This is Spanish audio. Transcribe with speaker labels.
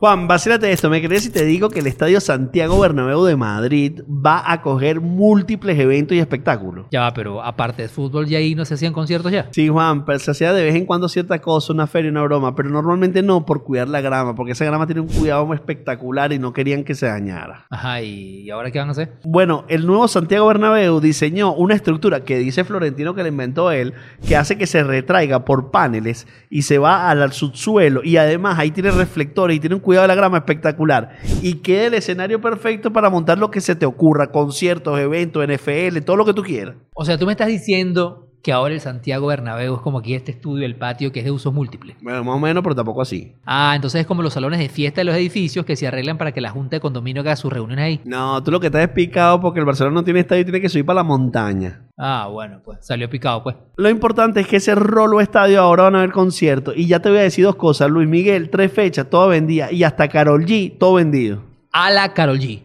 Speaker 1: Juan, vacílate esto. ¿Me crees si te digo que el Estadio Santiago Bernabéu de Madrid va a acoger múltiples eventos y espectáculos?
Speaker 2: Ya va, pero aparte de fútbol, ¿y ahí no se hacían conciertos ya?
Speaker 1: Sí, Juan, pero se hacía de vez en cuando cierta cosa, una feria, una broma, pero normalmente no por cuidar la grama, porque esa grama tiene un cuidado espectacular y no querían que se dañara.
Speaker 2: Ajá, ¿y ahora qué van a hacer?
Speaker 1: Bueno, el nuevo Santiago Bernabéu diseñó una estructura que dice Florentino que la inventó él, que hace que se retraiga por paneles y se va al subsuelo y además ahí tiene reflectores y tiene un cuidado de la grama espectacular y queda el escenario perfecto para montar lo que se te ocurra, conciertos, eventos, NFL, todo lo que tú quieras.
Speaker 2: O sea, tú me estás diciendo que ahora el Santiago Bernabéu es como aquí este estudio, el patio, que es de usos múltiples.
Speaker 1: Bueno, más o menos, pero tampoco así.
Speaker 2: Ah, entonces es como los salones de fiesta de los edificios que se arreglan para que la junta de condominio haga sus reuniones ahí.
Speaker 1: No, tú lo que estás es picado porque el Barcelona no tiene estadio y tiene que subir para la montaña.
Speaker 2: Ah, bueno, pues salió picado, pues.
Speaker 1: Lo importante es que ese rolo estadio ahora van a haber conciertos. Y ya te voy a decir dos cosas. Luis Miguel, tres fechas, todo vendía. Y hasta Carol G, todo vendido.
Speaker 2: A la Carol G.